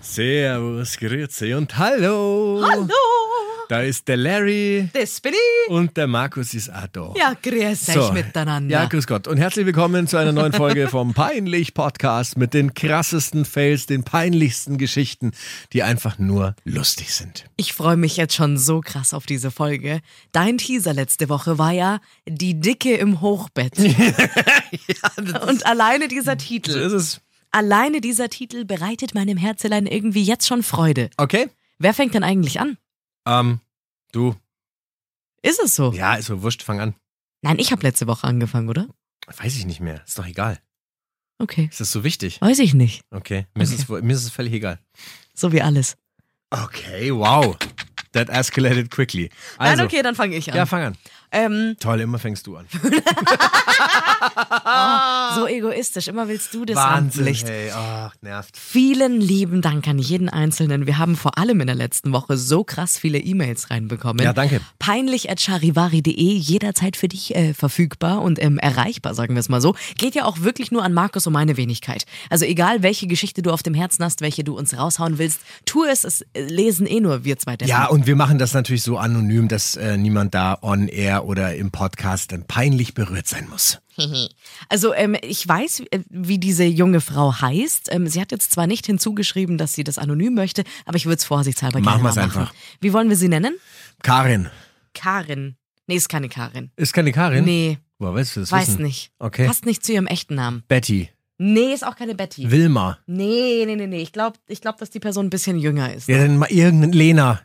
Servus, Grüezi und hallo. Hallo. Da ist der Larry Das bin ich. und der Markus ist auch da. Ja, grüß euch miteinander. Ja, grüß Gott. Und herzlich willkommen zu einer neuen Folge vom Peinlich Podcast mit den krassesten Fails, den peinlichsten Geschichten, die einfach nur lustig sind. ich freue mich jetzt schon so krass auf diese Folge. Dein Teaser letzte Woche war ja Die Dicke im Hochbett. Und alleine dieser So Titel, ist es. alleine dieser Titel bereitet meinem Herzelein irgendwie jetzt schon Freude. Okay? Wer fängt denn eigentlich an? Ähm, du. Ist es so? Ja, ist so wurscht, fang an. Nein, ich habe letzte Woche angefangen, oder? Weiß ich nicht mehr. Ist doch egal. Okay. Ist das so wichtig? Weiß ich nicht. Okay. Mir, Ist, es, mir ist es völlig egal. So wie alles. Okay, wow. That escalated quickly. Also, Nein, okay, dann fange ich an. Ja, fang an. ähm, Toll, immer fängst du an. so egoistisch. Immer willst du das Wahnsinn. Rampenlicht. Hey, ach, nervt. Vielen lieben Dank an jeden Einzelnen. Wir haben vor allem in der letzten Woche so krass viele E-Mails reinbekommen. Ja, danke. Peinlich at charivari.de, jederzeit für dich äh, verfügbar und ähm, erreichbar, sagen wir es mal so. Geht ja auch wirklich nur an Markus um meine Wenigkeit. Also egal, welche Geschichte du auf dem Herzen hast, welche du uns raushauen willst, tu es, es äh, lesen eh nur wir zwei. Deppen. Ja, und wir machen das natürlich so anonym, dass äh, niemand da on air oder im Podcast dann peinlich berührt sein muss. Also ähm, ich weiß, äh, wie diese junge Frau heißt. Ähm, sie hat jetzt zwar nicht hinzugeschrieben, dass sie das anonym möchte, aber ich würde es vorsichtshalber Machen gerne mal wir's machen. einfach. Wie wollen wir sie nennen? Karin. Karin. Nee, ist keine Karin. Ist keine Karin? Nee, Woher willst du das weiß wissen? nicht. Okay. Passt nicht zu ihrem echten Namen. Betty. Nee, ist auch keine Betty. Wilma. nee, nee, nee, nee. Ich glaube, ich glaub, dass die Person ein bisschen jünger ist. Ja, dann mal irgendein Lena.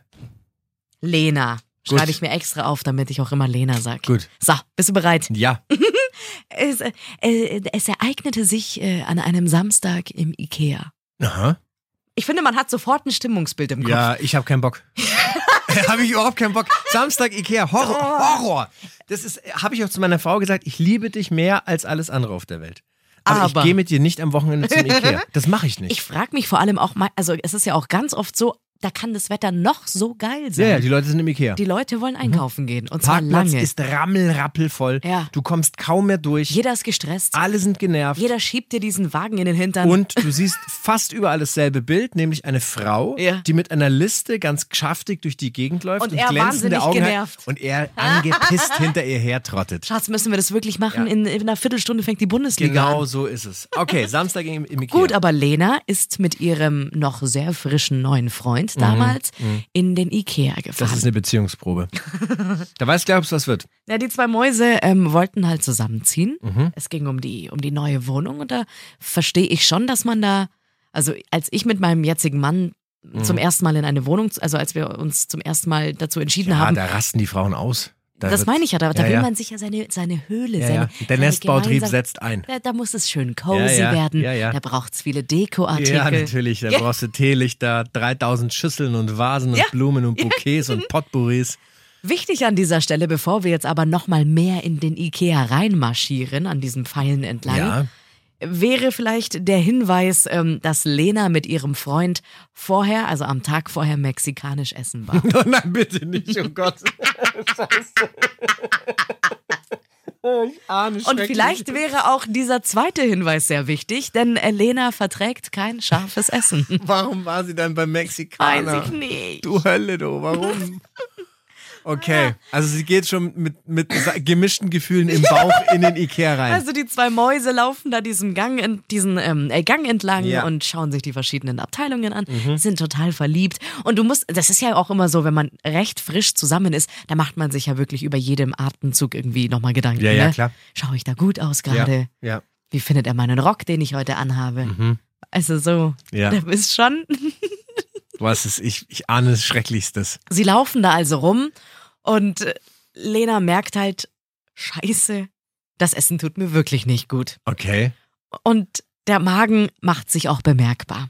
Lena. Gut. Schreibe ich mir extra auf, damit ich auch immer Lena sage. Gut. So, bist du bereit? Ja. Es, äh, äh, es ereignete sich äh, an einem Samstag im Ikea. Aha. Ich finde, man hat sofort ein Stimmungsbild im Kopf. Ja, ich habe keinen Bock. habe ich überhaupt keinen Bock. Samstag Ikea Horror. Horror. Das ist habe ich auch zu meiner Frau gesagt, ich liebe dich mehr als alles andere auf der Welt. Aber, Aber- ich gehe mit dir nicht am Wochenende zum Ikea. Das mache ich nicht. Ich frage mich vor allem auch mal, also es ist ja auch ganz oft so, da kann das Wetter noch so geil ja, sein. ja, die Leute sind im Ikea. die Leute wollen einkaufen gehen und zwar Parkplatz lange. ist rammelrappelvoll. Ja. Du kommst kaum mehr durch. Jeder ist gestresst. Alle sind genervt. Jeder schiebt dir diesen Wagen in den Hintern. Und du siehst fast überall dasselbe Bild, nämlich eine Frau, Ja. die mit einer Liste ganz geschäftig durch die Gegend läuft Und und, er wahnsinnig glänzende Augen genervt. hat und er angepisst hinter ihr her trottet. Schatz, müssen wir das wirklich machen? Ja. In, in einer Viertelstunde fängt die Bundesliga Genau an. so ist es. Okay, Samstag im, im Ikea. Gut, aber Lena ist mit ihrem noch sehr frischen neuen Freund damals in den Ikea Mhm. das gefahren. ist eine Beziehungsprobe. da weißt du, glaubst, was wird. Ja, die zwei Mäuse ähm, wollten halt zusammenziehen. Mhm. Es ging um die, um die neue Wohnung und da verstehe ich schon, dass man da, also als ich mit meinem jetzigen Mann Mhm. zum ersten Mal in eine Wohnung, also als wir uns zum ersten Mal dazu entschieden Ja, haben, Ah, da rasten die Frauen aus. Da das wird- meine ich ja, da, da ja, will ja. man sich ja seine, seine Höhle, Ja, seine, ja. Der seine Nestbautrieb gemeinsam- setzt ein. Da, da muss es schön cozy Ja, ja, werden. ja, ja. Da braucht es viele Dekoartikel. Ja, natürlich. Da Ja. brauchst du Teelichter, 3000 Schüsseln und Vasen und Ja. Blumen und Bouquets und Potpourris. Wichtig an dieser Stelle, bevor wir jetzt aber nochmal mehr in den Ikea reinmarschieren, an diesen Pfeilen entlang, Ja. wäre vielleicht der Hinweis, ähm, dass Lena mit ihrem Freund vorher, also am Tag vorher, mexikanisch essen war. Oh nein, bitte nicht, oh Gott. Scheiße. Ich ahne Und schrecklich. vielleicht wäre auch dieser zweite Hinweis sehr wichtig, denn äh, Lena verträgt kein scharfes Essen. Warum war sie dann beim Mexikaner? Weiß ich nicht. Du Hölle, du, warum? Okay, also sie geht schon mit, mit sa- gemischten Gefühlen im Bauch in den Ikea rein. Also die zwei Mäuse laufen da diesen Gang, in, diesen, ähm, äh, Gang entlang Ja. Mhm. und schauen sich die verschiedenen Abteilungen an, sind total verliebt. Und du musst, das ist ja auch immer so, wenn man recht frisch zusammen ist, da macht man sich ja wirklich über jedem Atemzug irgendwie nochmal Gedanken. Ja, ja, ne? klar. Schaue ich da gut aus gerade? ja, ja. Wie findet er meinen Rock, den ich heute anhabe? Also so, Mhm. Ja. das ist schon. Was ist, ich, ich ahne das Schrecklichstes. Sie laufen da also rum und äh, Lena merkt halt, scheiße, das Essen tut mir wirklich nicht gut. Okay. Und der Magen macht sich auch bemerkbar.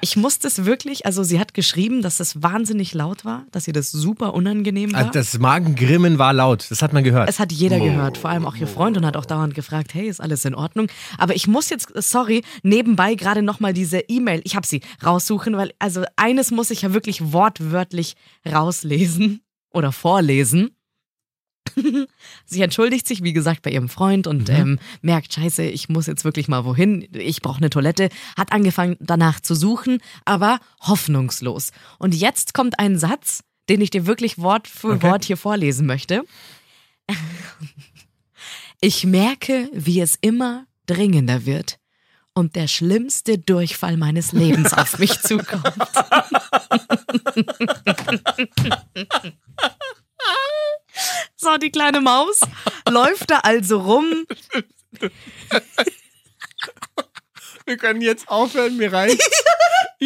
Ich musste es wirklich, also sie hat geschrieben, dass es wahnsinnig laut war, dass ihr das super unangenehm war. Also das Magengrimmen war laut, das hat man gehört. Es hat jeder gehört, vor allem auch ihr Freund und hat auch dauernd gefragt, hey, ist alles in Ordnung? Aber ich muss jetzt, sorry, nebenbei gerade nochmal diese E-Mail, ich habe sie, raussuchen, weil also eines muss ich ja wirklich wortwörtlich rauslesen oder vorlesen. Sie entschuldigt sich, wie gesagt, bei ihrem Freund und ähm, merkt, scheiße, ich muss jetzt wirklich mal wohin, ich brauche eine Toilette, hat angefangen danach zu suchen, aber hoffnungslos. Und jetzt kommt ein Satz, den ich dir wirklich Wort für Wort hier vorlesen möchte. Ich merke, wie es immer dringender wird und der schlimmste Durchfall meines Lebens auf mich zukommt. So, die kleine Maus läuft da also rum. Wir können jetzt aufhören, mir reicht.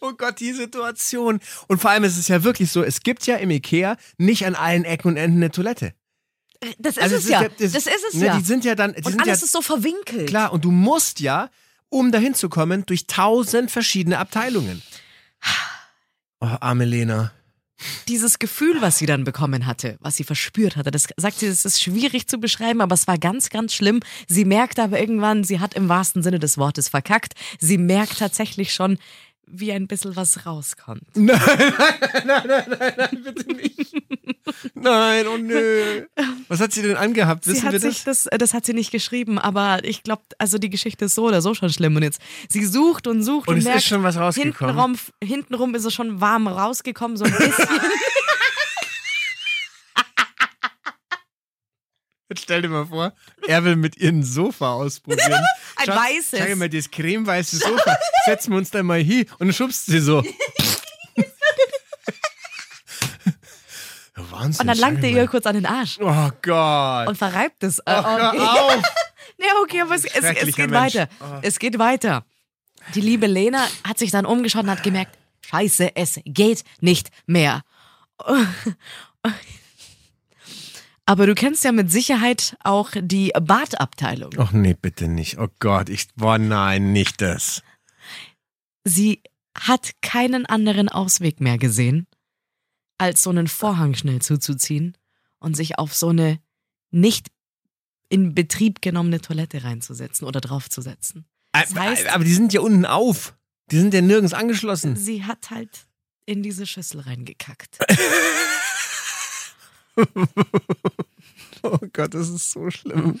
oh Gott, die Situation. Und vor allem ist es ja wirklich so, es gibt ja im Ikea nicht an allen Ecken und Enden eine Toilette. Das ist Also es es ist ja. ja- Das das- ist es ne, ja. die sind ja dann- die Und sind alles ja- ist so verwinkelt. Klar, und du musst ja, um dahin zu kommen, durch tausend verschiedene Abteilungen. Oh, arme Lena. Dieses Gefühl, was sie dann bekommen hatte, was sie verspürt hatte, das sagt sie, es ist schwierig zu beschreiben, aber es war ganz, ganz schlimm. Sie merkt aber irgendwann, sie hat im wahrsten Sinne des Wortes verkackt. Sie merkt tatsächlich schon, wie ein bisschen was rauskommt. Nein, oh nö. Was hat sie denn angehabt? Sie Wissen hat wir sich das? das? Das, hat sie nicht geschrieben, aber ich glaube, also die Geschichte ist so oder so schon schlimm. Und jetzt, sie sucht und sucht und, Und es ist merkt, schon was rausgekommen. Hintenrum, hintenrum ist es schon warm rausgekommen, so ein bisschen. Jetzt stell dir mal vor, er will mit ihr ein Sofa ausprobieren. Ein Schatz, weißes. Schau mal, das cremeweiße Sofa. Setzen wir uns da mal hin und schubst sie so. Ja, Wahnsinn. und dann langt er schau ihr mal. kurz an den Arsch Oh Gott. und verreibt es. Äh, Hör und- auf. Ja, okay, aber es, es, es Schrecklicher geht Mensch. Oh. weiter. Es geht weiter. Die liebe Lena hat sich dann umgeschaut und hat gemerkt, scheiße, es geht nicht mehr. Aber du kennst ja mit Sicherheit auch die Badabteilung. Ach nee, bitte nicht. Oh Gott, ich. Boah, nein, nicht das. Sie hat keinen anderen Ausweg mehr gesehen, als so einen Vorhang schnell zuzuziehen und sich auf so eine nicht in Betrieb genommene Toilette reinzusetzen oder draufzusetzen. Das heißt- Äh, aber die sind ja unten auf. Die sind ja nirgends angeschlossen. Sie hat halt in diese Schüssel reingekackt. Oh Gott, das ist so schlimm.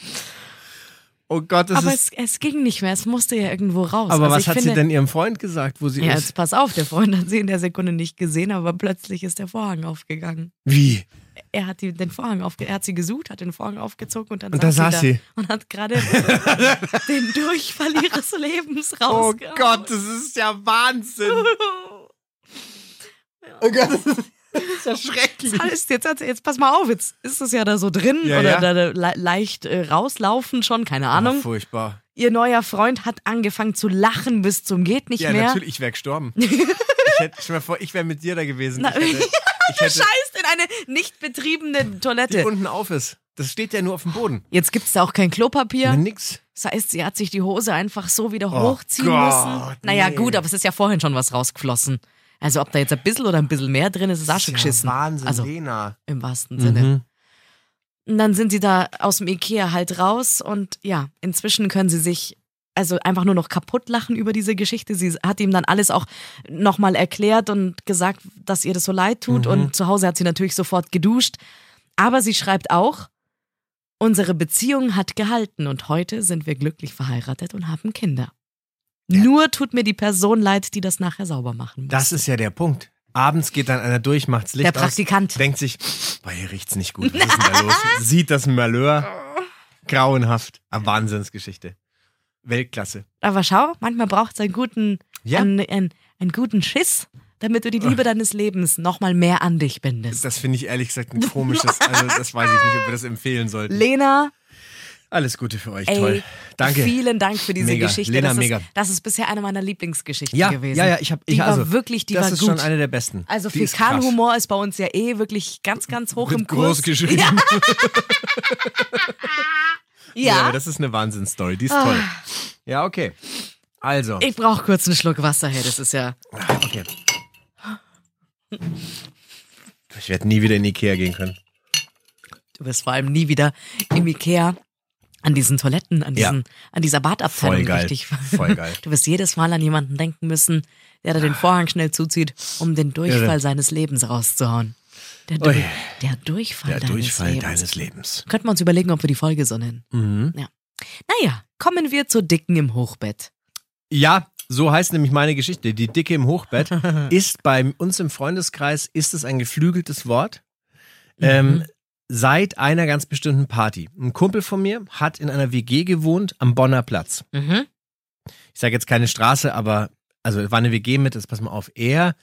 Oh Gott, das Mhm. Aber ist. es, es ging nicht mehr, es musste ja irgendwo raus. Aber Also was ich hat finde, sie denn ihrem Freund gesagt, wo sie Ja, ist? jetzt pass auf, der Freund hat sie in der Sekunde nicht gesehen, aber plötzlich ist der Vorhang aufgegangen. Wie? Er hat die, den Vorhang aufge er hat sie gesucht, hat den Vorhang aufgezogen und dann Und da saß saß sie sie. da und hat gerade den Durchfall ihres Lebens Oh rausgehauen. Gott, das ist ja Wahnsinn. Oh Gott, das ist, das ist ja schrecklich. Alles, jetzt, hat sie- jetzt pass mal auf, jetzt ist es ja da so drin Ja, oder ja. Da, da, le leicht äh, rauslaufen schon, keine Ahnung. furchtbar. ihr neuer Freund hat angefangen zu lachen bis zum geht nicht Ja, mehr. natürlich, ich wäre gestorben. ich hätte, stell mal vor, ich wäre mit dir da gewesen. Na- ich hätte, ich hätte Scheißt in eine nicht betriebene die Toilette. unten auf ist. Das steht ja nur auf dem Boden. Jetzt gibt's da auch kein Ja. Klopapier. Nix. Das heißt, sie hat sich die Hose einfach so wieder Oh hochziehen Gott, müssen. Naja, nee. gut, aber es ist ja vorhin schon was rausgeflossen. Also ob da jetzt ein bisschen oder ein bisschen mehr drin ist, ist auch schon Ja, geschissen. Wahnsinn, also Lena. Mhm. im wahrsten Sinne. Und dann sind sie da aus dem Ikea halt raus und ja, inzwischen können sie sich also einfach nur noch kaputt lachen über diese Geschichte. Sie hat ihm dann alles auch nochmal erklärt und gesagt, dass ihr das so leid tut und zu Hause hat sie natürlich sofort geduscht. Aber sie schreibt auch, unsere Beziehung hat gehalten und heute sind wir glücklich verheiratet und haben Kinder. Nur tut mir die Person leid, die das nachher sauber machen muss. Das ist ja der Punkt. Abends geht dann einer durch, macht's Licht Der Praktikant. aus, denkt sich, boah, hier riecht's nicht gut. Was ist denn da los? Sieht das Malheur. Grauenhaft. Eine Wahnsinnsgeschichte. Weltklasse. Aber schau, manchmal braucht es einen guten, Ja. Oh. einen, einen, einen guten Schiss, damit du die Liebe deines Lebens nochmal mehr an dich bindest. Das finde ich ehrlich gesagt ein komisches, also das weiß ich nicht, ob wir das empfehlen sollten. Lena, Alles Gute für euch, ey, toll. Danke. vielen Dank für diese Mega. Geschichte. Lena, das, ist, mega. das ist bisher eine meiner Lieblingsgeschichten ja, gewesen. ja, ja, ich habe die ich also war wirklich, die das war ist gut. schon eine der besten. also Die ist krass. Fäkalhumor ist, bei uns ja eh wirklich ganz, ganz hoch Wird im Kurs. groß geschrieben. Ja, aber das ist eine Wahnsinnsstory, die ist toll. Ja, okay. Also, Ah. Ich brauche kurz einen Schluck Wasser her, das ist ja. okay. Ich werde nie wieder in Ikea gehen können. Du wirst vor allem nie wieder im Ikea an diesen Toiletten, an, Ja. diesen, an dieser Badabteilung Voll geil. richtig. Voll geil. Du wirst jedes Mal an jemanden denken müssen, der da den Vorhang schnell zuzieht, um den Durchfall Irre. seines Lebens rauszuhauen. Der, du Ui. der Durchfall Der deines Durchfall Lebens. deines Lebens. Könnten wir uns überlegen, ob wir die Folge so nennen. Mhm. Naja, kommen wir zu Dicken im Hochbett. Ja, so heißt nämlich meine Geschichte. Die Dicke im Hochbett ist bei uns im Freundeskreis ist es ein geflügeltes Wort. Ähm, Seit einer ganz bestimmten Party. Ein Kumpel von mir hat in einer WG gewohnt am Bonner Platz. Mhm. Ich sage jetzt keine Straße, aber also es war eine WG mit, jetzt pass mal auf, er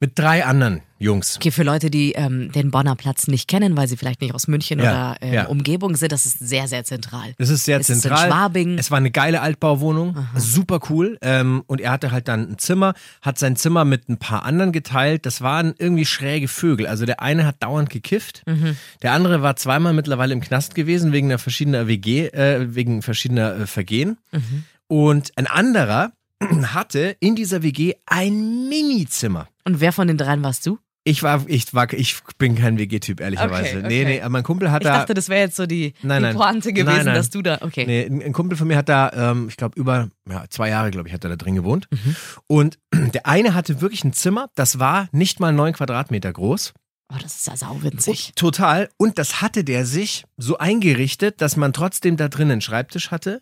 mit drei anderen Jungs. Okay, für Leute, die ähm, den Bonner Platz nicht kennen, weil sie vielleicht nicht aus München Ja, oder äh, ja. Umgebung sind, das ist sehr, sehr zentral. Das ist sehr Es ist in zentral. Schwabing. Es war eine geile Altbauwohnung, super cool. Ähm, und er hatte halt dann ein Zimmer, hat sein Zimmer mit ein paar anderen geteilt. Das waren irgendwie schräge Vögel. Also der eine hat dauernd gekifft, Mhm. der andere war zweimal mittlerweile im Knast gewesen wegen einer verschiedener WG, äh, wegen verschiedener äh, Vergehen. Mhm. Und ein anderer hatte in dieser WG ein Minizimmer. Und wer von den dreien warst du? Ich war, ich war, ich bin kein WG-Typ, ehrlicherweise. Nee, okay. nee, aber mein Kumpel hat Ich da. dachte, das wäre jetzt so die, Nein, die nein. Pointe gewesen, Nein, nein. dass du da. Okay. Nee, ein ein Kumpel von mir hat da, ähm, ich glaube, über ja, zwei Jahre, glaube ich, hat er da drin gewohnt. Mhm. Und der eine hatte wirklich ein Zimmer, das war nicht mal neun Quadratmeter groß. Oh, das ist ja sauwinzig. Und, total. Und das hatte der sich so eingerichtet, dass man trotzdem da drin einen Schreibtisch hatte,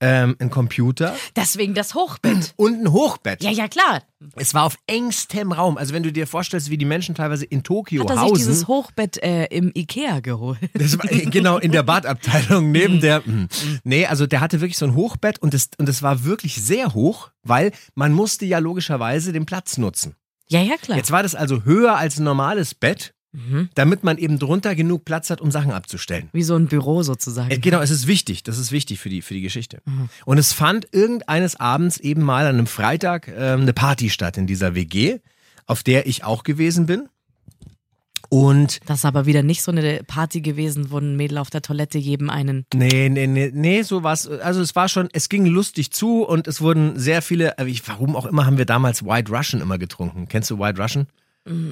ähm, einen Computer Deswegen das Hochbett. und ein Hochbett. Ja, ja, klar. Es war auf engstem Raum. Also wenn du dir vorstellst, wie die Menschen teilweise in Tokio Hat er sich hausen. dieses Hochbett äh, im Ikea geholt? Das war, äh, genau, in der Badabteilung, neben der. mm. Nee, also der hatte wirklich so ein Hochbett und es und das war wirklich sehr hoch, weil man musste ja logischerweise den Platz nutzen. Ja, ja, klar. Jetzt war das also höher als ein normales Bett, Mhm. damit man eben drunter genug Platz hat, um Sachen abzustellen. Wie so ein Büro sozusagen. Äh, Genau, es ist wichtig, das ist wichtig für die, für die Geschichte. Und es fand irgendeines Abends eben mal an einem Freitag ähm, eine Party statt in dieser WG, auf der ich auch gewesen bin. Und Das ist aber wieder nicht so eine Party gewesen, wo ein Mädel auf der Toilette jedem einen. Nee, nee, nee, nee, so war's. Also es war schon, es ging lustig zu und es wurden sehr viele, aber ich, warum auch immer haben wir damals White Russian immer getrunken. Kennst du White Russian?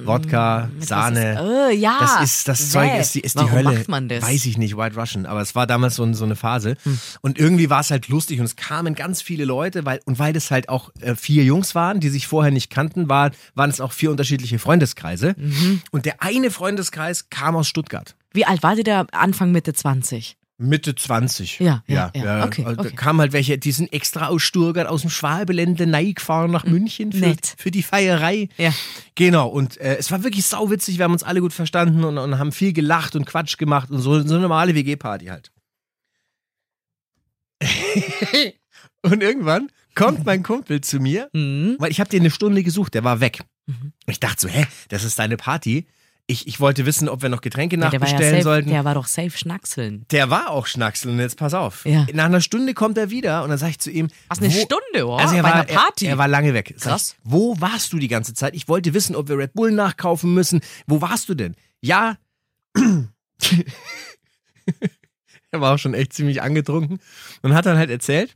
Wodka, Mm, Das Sahne. ist, äh, ja. Das ist das Zeug, Bäh. ist die, ist die Warum Hölle. macht man das? Hm. Weiß ich nicht, White Russian, aber es war damals so, ein- so eine Phase. Und irgendwie war es halt lustig und es kamen ganz viele Leute, weil, und weil das halt auch äh, vier Jungs waren, die sich vorher nicht kannten, war, waren es auch vier unterschiedliche Freundeskreise. Mhm. Und der eine Freundeskreis kam aus Stuttgart. Wie alt war die da? Anfang, Mitte 20? Mitte 20. Ja, ja, ja. Okay, Also, Da okay. kamen halt welche, die sind extra aus Stuttgart, aus dem Schwabeländer gefahren nach München für, Hm, nett. für die Feierei. Ja. Genau, und äh, es war wirklich sauwitzig, wir haben uns alle gut verstanden und, und haben viel gelacht und Quatsch gemacht und so, so eine normale WG-Party halt. und irgendwann kommt mein Kumpel zu mir, Mhm. weil ich habe den eine Stunde gesucht, der war weg. Und ich dachte so, hä, das ist deine Party? Ich, ich wollte wissen, ob wir noch Getränke Ja, der, war ja nachbestellen safe, sollten. der war doch safe Schnackseln. Der war auch Schnackseln und jetzt pass auf. Ja. Nach einer Stunde kommt er wieder und dann sage ich zu ihm. Was, eine wo- Also Stunde, oh, er bei war, einer Party? Er, er war lange weg. Sag Krass. Ich, wo warst du die ganze Zeit? Ich wollte wissen, ob wir Red Bull nachkaufen müssen. Wo warst du denn? Ja. er war auch schon echt ziemlich angetrunken und hat dann halt erzählt,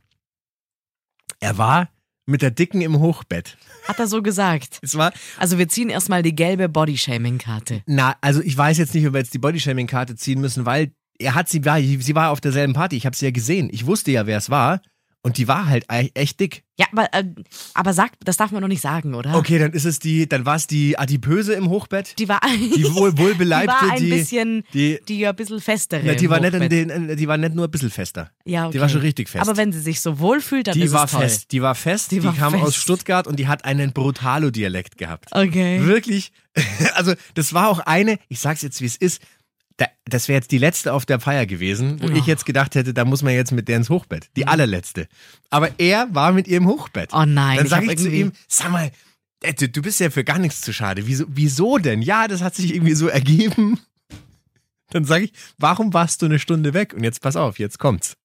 er war mit der Dicken im Hochbett. Hat er so gesagt. Es war, Also wir ziehen erstmal die gelbe Bodyshaming-Karte. Na, also ich weiß jetzt nicht, ob wir jetzt die Bodyshaming-Karte ziehen müssen, weil er hat sie, war, sie war auf derselben Party. Ich habe sie ja gesehen. Ich wusste ja, wer es war. Und die war halt e- echt dick. Ja, aber, äh, aber sag, das darf man noch nicht sagen, oder? Okay, dann ist es die, dann war es die Adipöse im Hochbett. Die war, Die wohl, wohlbeleibte, die war ein die. bisschen, die- die, ja ein bisschen festere. na, die, im war nicht, Hochbett. die, die war nicht nur ein bisschen fester. ja, okay. Die war schon richtig fest. Aber wenn sie sich so wohlfühlt, dann die ist war es toll. fest. Die war fest. Die, Die war kam aus fest. Stuttgart und die hat einen Brutalo-Dialekt gehabt. Okay. Wirklich. Also, das war auch eine, ich sag's jetzt, wie es ist. Da, das wäre jetzt die letzte auf der Feier gewesen, Oh. wo ich jetzt gedacht hätte, da muss man jetzt mit der ins Hochbett. Die allerletzte. Aber er war mit ihr im Hochbett. Mhm. Oh nein, Dann ich sage ich, hab zu irgendwie- ihm, sag mal, äh, du, du bist ja für gar nichts zu schade. Wieso, wieso denn? Ja, das hat sich irgendwie so ergeben. Dann sage ich, warum warst du eine Stunde weg? Und jetzt pass auf, jetzt kommt's.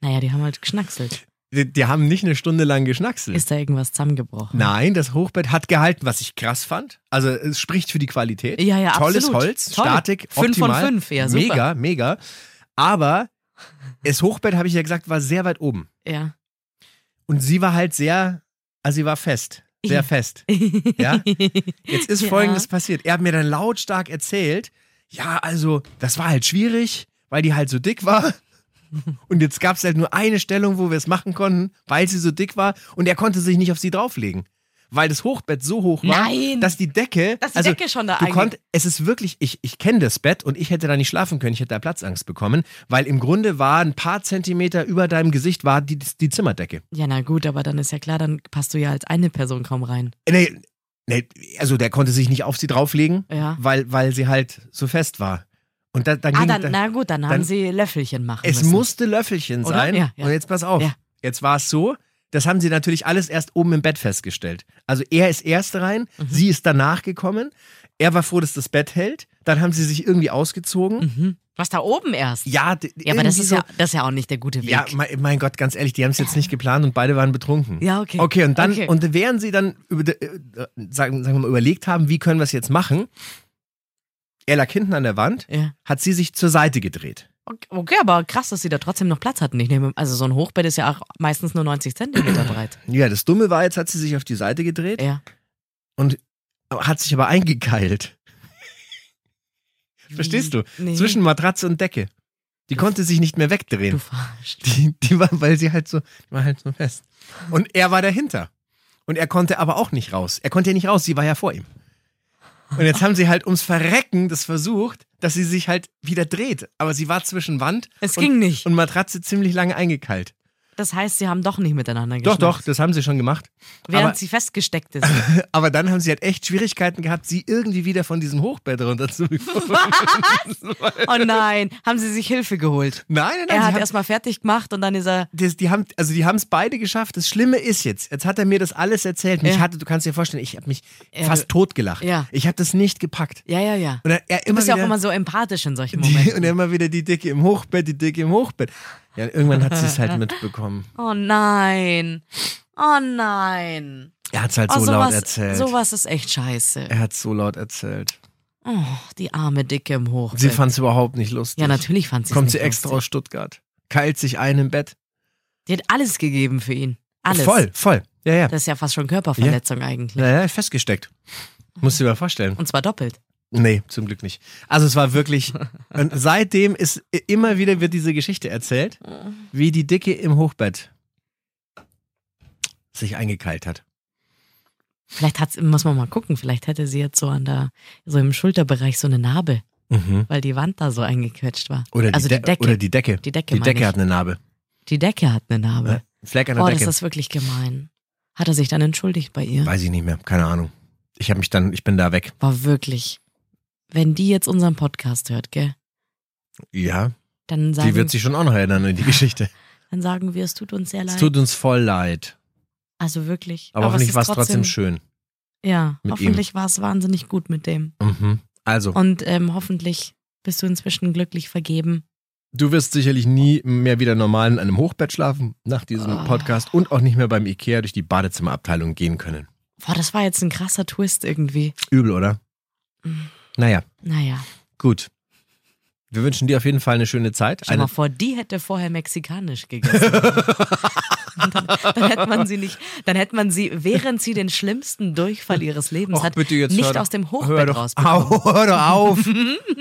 Naja, die haben halt geschnackselt. Die, die haben nicht eine Stunde lang geschnackselt. Ist da irgendwas zusammengebrochen? Nein, das Hochbett hat gehalten, was ich krass fand. Also es spricht für die Qualität. Ja, ja, Tolles absolut. Holz, Toll. Statik, Fünf von optimal. fünf, ja, super. Mega, mega. Aber das Hochbett, habe ich ja gesagt, war sehr weit oben. Ja. Und sie war halt sehr, also sie war fest. Sehr fest. Ja? Jetzt ist Ja. folgendes passiert. Er hat mir dann lautstark erzählt, ja, also, das war halt schwierig, weil die halt so dick war. Und jetzt gab es halt nur eine Stellung, wo wir es machen konnten, weil sie so dick war und er konnte sich nicht auf sie drauflegen. Weil das Hochbett so hoch war, Nein. dass die Decke. Dass die also, Decke schon da du einge- konnt, Es ist wirklich, ich, ich kenne das Bett und ich hätte da nicht schlafen können, ich hätte da Platzangst bekommen, weil im Grunde war ein paar Zentimeter über deinem Gesicht war die, die Zimmerdecke. Ja, na gut, aber dann ist ja klar, dann passt du ja als eine Person kaum rein. Äh, Nee, nee, also der konnte sich nicht auf sie drauflegen, Ja. weil, weil sie halt so fest war. Und da, dann Ah, ging dann, da- na gut, dann, dann- haben sie Löffelchen machen Es müssen. musste Löffelchen Oder? sein. Ja, ja. Und jetzt pass auf. Ja. Jetzt war es so, das haben sie natürlich alles erst oben im Bett festgestellt. Also er ist erst rein, Mhm. sie ist danach gekommen. Er war froh, dass das Bett hält. Dann haben sie sich irgendwie ausgezogen. Mhm. Was da oben erst? Ja, d- Ja, aber das irgendwie ist so, ja, das ist ja auch nicht der gute Weg. Ja, mein, mein Gott, ganz ehrlich, die haben es jetzt nicht geplant und beide waren betrunken. Ja, okay. Okay, und dann, Okay. und während sie dann über, de- äh, sagen, sagen wir mal, überlegt haben, wie können wir es jetzt machen, er lag hinten an der Wand, Ja. hat sie sich zur Seite gedreht. Okay, okay, aber krass, dass sie da trotzdem noch Platz hatten. Ich nehme, also so ein Hochbett ist ja auch meistens nur 90 Zentimeter breit. Ja, das Dumme war, jetzt hat sie sich auf die Seite gedreht Ja. und hat sich aber eingekeilt. Verstehst du? Nee. Zwischen Matratze und Decke. Die konnte sich nicht mehr wegdrehen. Du verarschst. Die, die war, weil sie halt so, die war halt so fest. Und er war dahinter. Und er konnte aber auch nicht raus. Er konnte ja nicht raus, sie war ja vor ihm. Und jetzt haben sie halt ums Verrecken das versucht, dass sie sich halt wieder dreht. Aber sie war zwischen Wand Es und, ging nicht. und Matratze ziemlich lange eingekeilt. Das heißt, sie haben doch nicht miteinander Doch, geschnackt. doch, das haben sie schon gemacht. Während aber- sie festgesteckt ist. Aber dann haben sie halt echt Schwierigkeiten gehabt, sie irgendwie wieder von diesem Hochbett runter zu bekommen. Oh nein, haben sie sich Hilfe geholt. Nein, nein, nein. Er sie hat haben- erstmal fertig gemacht und dann ist er. das, die haben also die haben es beide geschafft. Das Schlimme ist jetzt, jetzt hat er mir das alles erzählt. Mich Ja. hatte, du kannst dir vorstellen, ich habe mich Ja, fast totgelacht. ja. Ich habe das nicht gepackt. Ja, ja, ja. Und er, er Du immer bist ja auch wieder- immer so empathisch in solchen die, und Momenten. er immer wieder die Dicke im Hochbett, die Dicke im Hochbett. Ja, irgendwann hat sie es halt mitbekommen. Oh nein. Oh nein. Er hat es halt Oh, so laut sowas, erzählt. Äh. sowas ist echt scheiße. Er hat es so laut erzählt. Oh, die arme Dicke im Hochbett. Sie fand es überhaupt nicht lustig. ja, natürlich fand sie Kommt nicht sie extra lustig. aus Stuttgart, keilt sich ein im Bett. Die hat alles gegeben für ihn. Alles. Voll, voll. Ja, ja. Das ist ja fast schon Körperverletzung eigentlich. Ja, ja, festgesteckt. Musst du dir mal vorstellen. Und zwar doppelt. Nee, zum Glück nicht. Also es war wirklich. Und seitdem ist immer wieder wird diese Geschichte erzählt, wie die Dicke im Hochbett sich eingekeilt hat. Vielleicht hat's, muss man mal gucken, vielleicht hätte sie jetzt so an der, so im Schulterbereich so eine Narbe, weil die Wand da so eingequetscht war. Oder, also die die De- Decke. oder die Decke. Die Decke Die meine Decke ich. hat eine Narbe. Die Decke hat eine Narbe. Ein Fleck an der Boah, das Decke. ist wirklich gemein. Hat er sich dann entschuldigt bei ihr? Weiß ich nicht mehr. Keine Ahnung. Ich habe mich dann, ich bin da weg. War wirklich. Wenn die jetzt unseren Podcast hört, gell? Ja. Dann sagen, Die wird sich schon auch noch erinnern an die Geschichte. dann sagen wir, es tut uns sehr es leid. tut uns voll leid. also wirklich. Aber, hoffentlich ist war es trotzdem schön. Ja, mit ihm. hoffentlich war es wahnsinnig gut mit dem. Mhm. Also, Und ähm, hoffentlich bist du inzwischen glücklich vergeben. du wirst sicherlich nie mehr wieder normal in einem Hochbett schlafen nach diesem Ah. Podcast und auch nicht mehr beim Ikea durch die Badezimmerabteilung gehen können. Boah, das war jetzt ein krasser Twist irgendwie. Übel, oder? Naja, Naja, gut. Wir wünschen dir auf jeden Fall eine schöne Zeit. stell mal Eine, vor, die hätte vorher mexikanisch gegessen. dann, dann hätte man sie nicht, dann hätte man sie, während sie den schlimmsten Durchfall ihres Lebens Och, hat, bitte jetzt nicht hör doch- aus dem hör Hochbett Ah, doch, rausbekommen. Au, hör doch auf.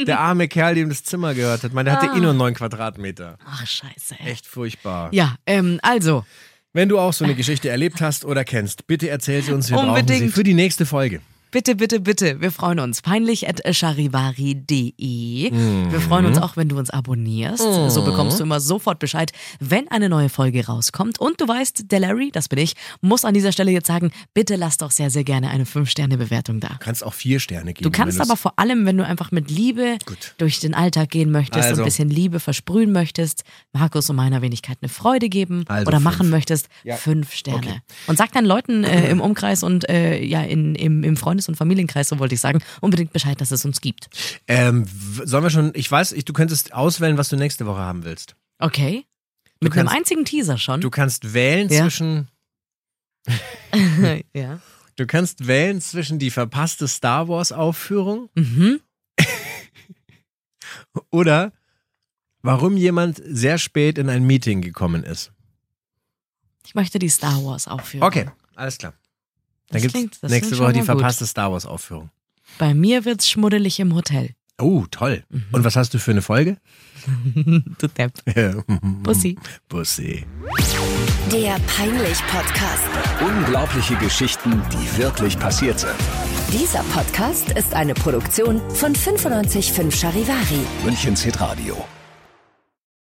der arme Kerl, dem das Zimmer gehört hat. Man, der Ah. hatte eh nur neun Quadratmeter. Ach, scheiße. Ey. Echt furchtbar. Ja, ähm, also, Wenn du auch so eine Geschichte erlebt hast oder kennst, bitte erzähl sie uns. Wir brauchen sie Unbedingt. für die nächste Folge. bitte, bitte, bitte, wir freuen uns. Peinlich at charivari.de. Wir freuen uns auch, wenn du uns abonnierst. So bekommst du immer sofort Bescheid, wenn eine neue Folge rauskommt. Und du weißt, der Larry, das bin ich, muss an dieser Stelle jetzt sagen, bitte lass doch sehr, sehr gerne eine 5-Sterne-Bewertung da. Du kannst auch vier Sterne geben. Du kannst wenn du's- aber vor allem, wenn du einfach mit Liebe Gut. durch den Alltag gehen möchtest, Also. ein bisschen Liebe versprühen möchtest, Markus und meiner Wenigkeit eine Freude geben Also oder fünf. machen möchtest, fünf Sterne. Und sag dann Leuten äh, im Umkreis und äh, ja in, im, im Freundes- und Familienkreis, so wollte ich sagen, unbedingt Bescheid, dass es uns gibt. Ähm, w- sollen wir schon, ich weiß, ich, du könntest auswählen, was du nächste Woche haben willst. Okay? Mit kannst- einem einzigen Teaser schon. Du kannst wählen Hm? Ja. zwischen ja. Du kannst wählen zwischen die verpasste Star Wars Aufführung Mhm. oder warum jemand sehr spät in ein Meeting gekommen ist. Ich möchte die Star Wars aufführen. Okay, alles klar. Dann Das gibt's klingt- das nächste klingt schon Woche die mal gut. verpasste Star Wars Aufführung. Bei mir wird's schmuddelig im Hotel. Oh, toll. Mhm. Und was hast du für eine Folge? Du Depp. Pussy. Bussi. Der Peinlich-Podcast. Unglaubliche Geschichten, die wirklich passiert sind. Dieser Podcast ist eine Produktion von 955 Charivari. Münchens Hitradio.